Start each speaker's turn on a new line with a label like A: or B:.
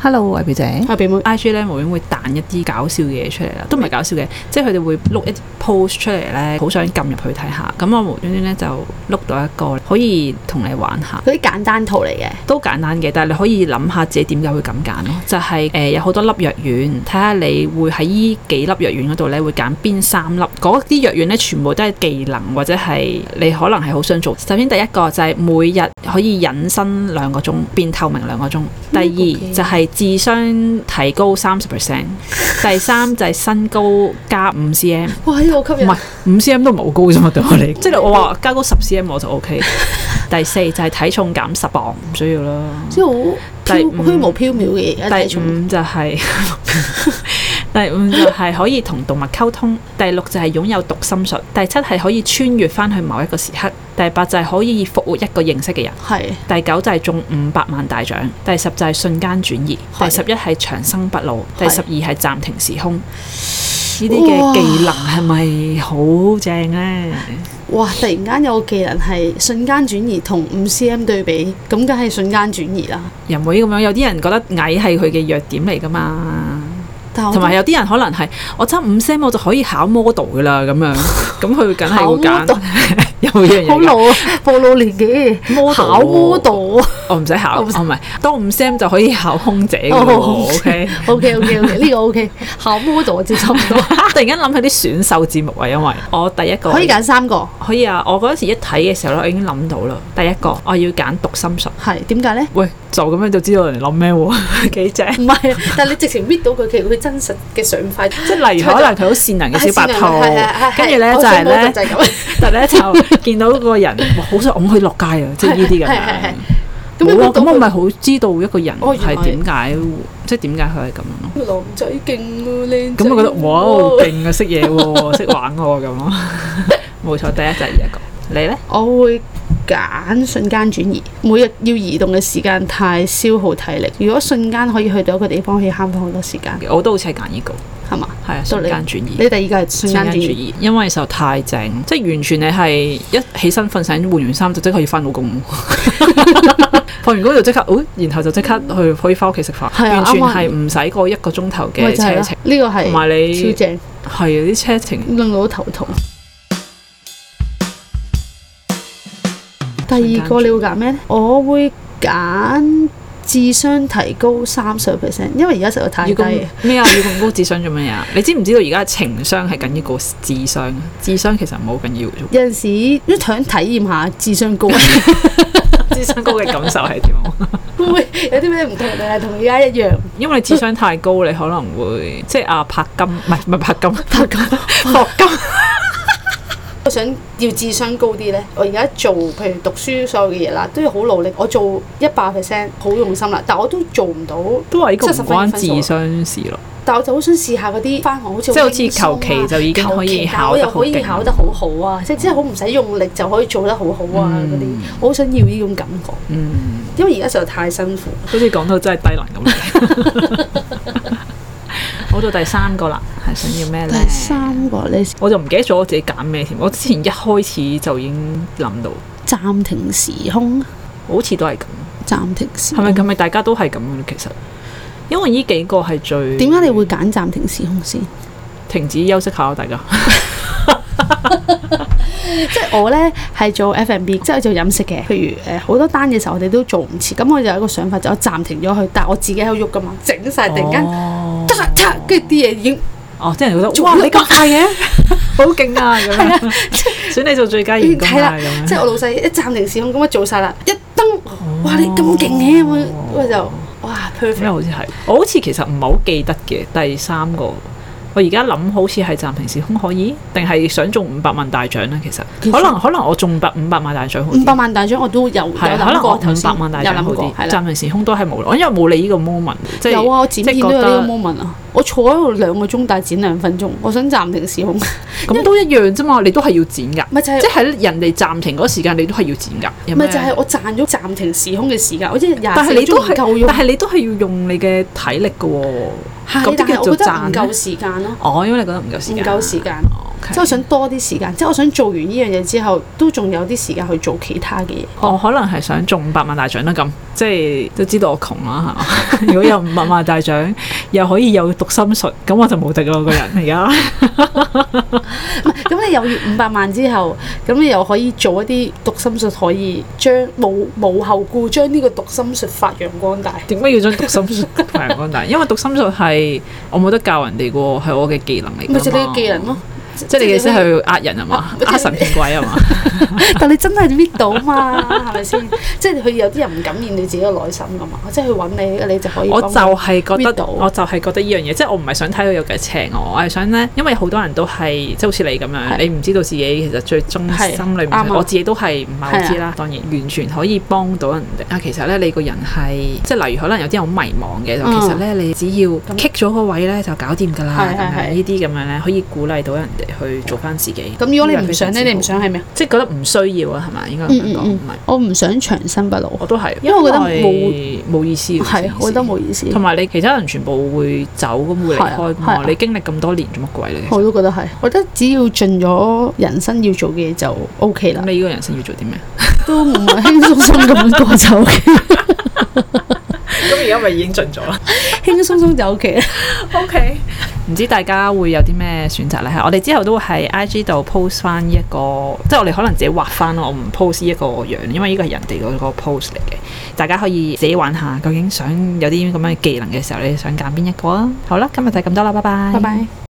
A: Hello，魏表姐，
B: 啊，俾妹 IG 咧無端會彈一啲搞笑嘅嘢出嚟啦，都唔係搞笑嘅，即係佢哋會碌一啲 post 出嚟咧，好想撳入去睇下。咁我無端端咧就碌到一個可以同你玩下，
C: 嗰啲簡單圖嚟嘅，
B: 都簡單嘅，但係你可以諗下自己點解會咁揀咯。就係、誒、有好多粒藥丸，睇下你會喺依幾粒藥丸嗰度咧會揀邊三粒。嗰啲藥丸咧全部都係技能或者係你可能係好想做。首先第一個就係每日可以隱身兩個鐘，變透明兩個鐘。第二
C: OK
B: 就係智商提高三十 percent。第三就係身高加五 cm。
C: 哇！呢個好吸引
B: 唔係，五 cm 都唔係好高啫嘛，對我嚟，即係我話加高十 cm 我就 O、k 第四就係體重減十磅，唔需要啦。
C: 即係好
B: 第
C: 飄
B: 五
C: 虛無縹緲嘅而家睇
B: 第
C: 重。
B: 五就係、 第五就係可以同動物溝通，第六就係擁有讀心術，第七係可以穿越翻去某一個時刻，第八就係可以復活一個認識嘅人，
C: 係
B: 第九就係中五百萬大獎，第十就係瞬間轉移，
C: 係
B: 第十一係長生不老，第
C: 係
B: 十二係暫停時空。呢啲嘅技能係咪好正呢？
C: 哇！突然間有個技能係瞬間轉移同五 cm 對比，咁梗係瞬間轉移啦。
B: 人會咁樣，有啲人覺得矮係佢嘅弱點嚟㗎嘛。
C: 但係我
B: 同埋有啲人可能係我爭五 cm 我就可以考 model 噶啦咁 樣，咁佢梗係
C: 考
B: 會
C: model
B: 揀 有樣
C: 好
B: 嘢
C: 老啊，暴露年紀，
B: model
C: 考 model 啊。
B: 我唔使考，
C: 我
B: 哦唔
C: 唔使
B: 係當五 cm 就可以考空姐嘅
C: 哦
B: 喎，OK。
C: OK OK OK，呢個 OK，考 model 我接受 唔到。
B: 突然間諗起啲選秀節目啊，因為我第一個
C: 可以揀三個，
B: 可以啊！我嗰時一睇嘅時候咧，我已經諗到啦。第一個我要揀讀心術，
C: 係點解咧？
B: 喂就咁樣就知道人哋諗咩喎， 幾正！
C: 唔係，但係你直情 read 到佢其實佢真實嘅想法，
B: 即係例如可能佢好善良嘅小白兔
C: 係係係，係
B: 跟住咧
C: 我
B: 就
C: 想
B: 係
C: model
B: 咧
C: 就。係咁。
B: 但咧就見到個人哇好想㧬佢落街啊，即係呢啲咁
C: 係係係
B: 樣。
C: 咁你
B: 冇啊，
C: 覺得
B: 咁我
C: 佢
B: 咪好知道一個人
C: 哦原來
B: 係點解，即係點解佢係咁樣咯。
C: 狼仔勁喎，靚仔
B: 咁我覺得
C: 喎
B: 哇，勁啊，識 嘢喎，識玩喎咁咯。冇錯，第一就係呢一個。你咧？
C: 我會揀瞬間轉移，每日要移動嘅時間太消耗體力。如果瞬間可以去到一個地方，可以慳翻好多時間，
B: 我都好似係揀呢個，
C: 係嘛？
B: 係啊，瞬間轉移。
C: 你第二個係瞬
B: 瞬
C: 間
B: 間
C: 轉
B: 轉
C: 移，
B: 移，因為就太正，即係完全你係一起身瞓醒換完衫就即刻要翻 老公，放完工就即刻，哦然後就即刻去可以翻屋企食飯，
C: 係啊
B: 完全
C: 啱啊
B: 係唔使過一個鐘頭嘅
C: 咪就係
B: 車
C: 咯
B: 程。
C: 呢個
B: 同埋你
C: 係超正，
B: 係啊，啲車程
C: 令到我頭痛。第二個你會揀咩咧？我會揀智商提高三十 percent，因為而家實在太
B: 要咁
C: 低。，
B: 咩啊？要咁高智商做乜嘢啊？ 你知唔知道而家情商係緊要過智商啊？智商其實唔係好緊要啫
C: 有陣時都想體驗下智商高。
B: 智商高嘅感受係點啊？
C: 會唔會有啲咩唔同定係同而家一樣？
B: 因為你智商太高，你可能會即係啊柏金，唔係唔係柏金， 柏金霍金。
C: 我想要智商高啲呢，我而家做譬如讀書所有嘅嘢啦，都要好努力。我做一百 percent 好用心啦，但我都做唔到。
B: 都話呢個唔
C: 70分
B: 關
C: 分數
B: 智商事咯，
C: 但我就好想試下嗰啲翻學，好似
B: 即係好似
C: 輕鬆
B: 求其
C: 啊
B: 就已經可
C: 求
B: 以
C: 其但
B: 考
C: 我
B: 得
C: 又
B: 好
C: 可以
B: 勁
C: 考得好好啊！即係即係好唔使用力就可以做得好好啊嗰啲，我好想要呢種感覺。
B: 嗯，
C: 因為而家實在太辛苦。
B: 好似講到真係低能咁。 好到第三個啦，係想要咩咧？
C: 個你
B: 我就唔記得咗我自己揀咩添。我之前一開始就已經諗到，
C: 暫停時空，
B: 好似都係咁。
C: 暫停時
B: 係咪咁咪大家都係咁嘅咧？其實，因為呢幾個係最
C: 會揀暫停時空先？
B: 停止休息下咯？大家
C: 即係我咧係做 F&B，即係做飲食嘅。譬如呃誒好、多單嘅時候，我哋都做唔切，咁我就有一個想法，就我暫停咗佢，但係我自己喺度喐噶嘛，整晒突然間，
B: 哦
C: 嚓嚓，跟住啲嘢已經
B: 哦，啲人覺得
C: 做
B: 哇
C: 乜
B: 你咁 快嘅，好勁啊咁 樣，選你做最佳員工
C: 係
B: 啦
C: 啦
B: 咁樣，
C: 即係我老細一暫停時空咁我做晒啦，一登，哇你咁勁嘅，我我就哇
B: 咩
C: perfect，
B: 好似係我好似其實唔係好記得嘅第三個。我而家諗好似係暫停時空可以，定係想中五百萬大獎咧？其實
C: 其實
B: 可能可能我中百五百萬大獎好啲
C: 五百萬大獎我都有有
B: 係啊可
C: 諗
B: 能我
C: 過頭
B: 五
C: 先，
B: 百
C: 有
B: 萬大獎好
C: 諗過
B: 啲，
C: 係啦
B: 暫。停時空都係冇啦，因為冇你呢個 moment，即係
C: 有啊，我剪
B: 即係
C: 片都有
B: 覺
C: 呢
B: 得
C: 個 moment 啊！我坐喺度兩個鐘，但係剪兩分鐘，我想暫停時空，
B: 咁都一樣啫嘛，你都係要剪㗎，
C: 咪就係
B: 即係人哋暫停嗰時間，你都係要剪㗎。有
C: 咪
B: 咩
C: 就係我賺咗暫停時空嘅時間，我一日廿
B: 但
C: 四
B: 係你
C: 鐘
B: 都
C: 唔夠
B: 係，
C: 用啊
B: 但，係你都係要用你嘅體力㗎喎。
C: 係
B: 咁
C: 但
B: 啲
C: 係
B: 叫
C: 我
B: 做
C: 覺得唔
B: 賺
C: 夠
B: 咧。
C: 時間咯，
B: 哦，因為你覺得唔夠時
C: 唔
B: 間。
C: 夠時間。
B: 哦 OK
C: 即係我想多啲時間，即係我想做完呢樣嘢之後，都仲有啲時間去做其他嘅嘢。
B: 我哦可能係想中百萬大獎啦，咁即係都知道我窮啦，係嘛？ 如果有五百萬大獎，又可以有讀心術，咁我就無敵咯，個人 而家。
C: 唔係 咁你有五百萬之後，咁你又可以做一啲讀心術，可以將無無後顧將呢個讀心術發揚光大。
B: 點解要將讀心術同人講大？因為讀心術係我冇得教人哋嘅喎，係我嘅技能嚟㗎嘛。
C: 咪就係你嘅技能咯，
B: 啊即係你嘅意思係
C: 可以
B: 去呃人啊嘛，
C: 即係
B: 呃神騙鬼啊嘛。
C: 但你真係搣到嘛，係咪先？ 即係佢有啲人唔敢面對自己嘅內心噶嘛，即係去揾你， 你就可以
B: 我
C: 幫
B: 就
C: 佢。
B: 係覺
C: 搣
B: 得，
C: 到
B: 我就係覺得呢樣嘢，即係我唔係想睇佢有幾邪惡，我係想咧，因為好多人都係即係好似你咁樣，
C: 係
B: 你唔知道自己其實最中
C: 係
B: 心裏
C: 啱啊啊
B: 面，我自己都係唔係好知啦。當然完全可以幫到人哋啊！其實咧，你個人係即係例如可能有啲人好迷茫嘅，
C: 嗯
B: 其實咧你只要 kick 咗個位咧就搞掂㗎啦，
C: 係
B: 咁
C: 係
B: 樣
C: 係
B: 呢啲咁樣咧可以鼓勵到人哋去做翻自己。
C: 咁如果
B: 呢個係
C: 你唔想咧，
B: 非常之
C: 你唔想係咩？
B: 好即係覺得唔需要啊，係咪應該咁
C: 嗯
B: 樣講？
C: 嗯
B: 唔係，
C: 我唔想長生不老，
B: 我都係，
C: 因為我覺得冇
B: 為冇意思嘅。成
C: 係
B: 件事
C: 我覺得冇意思。
B: 同埋你其他人全部會走咁會離開㗎
C: 係啊
B: 嘛
C: 係啊
B: 你經歷咁多年做乜鬼咧？
C: 我都覺得係，我覺得只要盡咗人生要做嘅嘢就 O K 啦
B: 咁，你呢個人生要做啲咩？
C: 都唔係輕鬆鬆咁樣過就 O K，
B: 咁而家咪已經盡咗 啦。
C: 輕鬆鬆就 O K 啦。
B: OK，唔知大家會有啲咩選擇咧？係我哋之後都會喺 IG 度 post 翻一個，即係我哋可能自己畫翻咯。我唔 post 呢一個樣，因為呢個係人哋嗰個 post 嚟嘅。大家可以自己玩下，究竟想有啲咁樣嘅技能嘅時候，你想揀邊一個啊？好啦，今日就係咁多啦，拜拜。
C: 拜拜。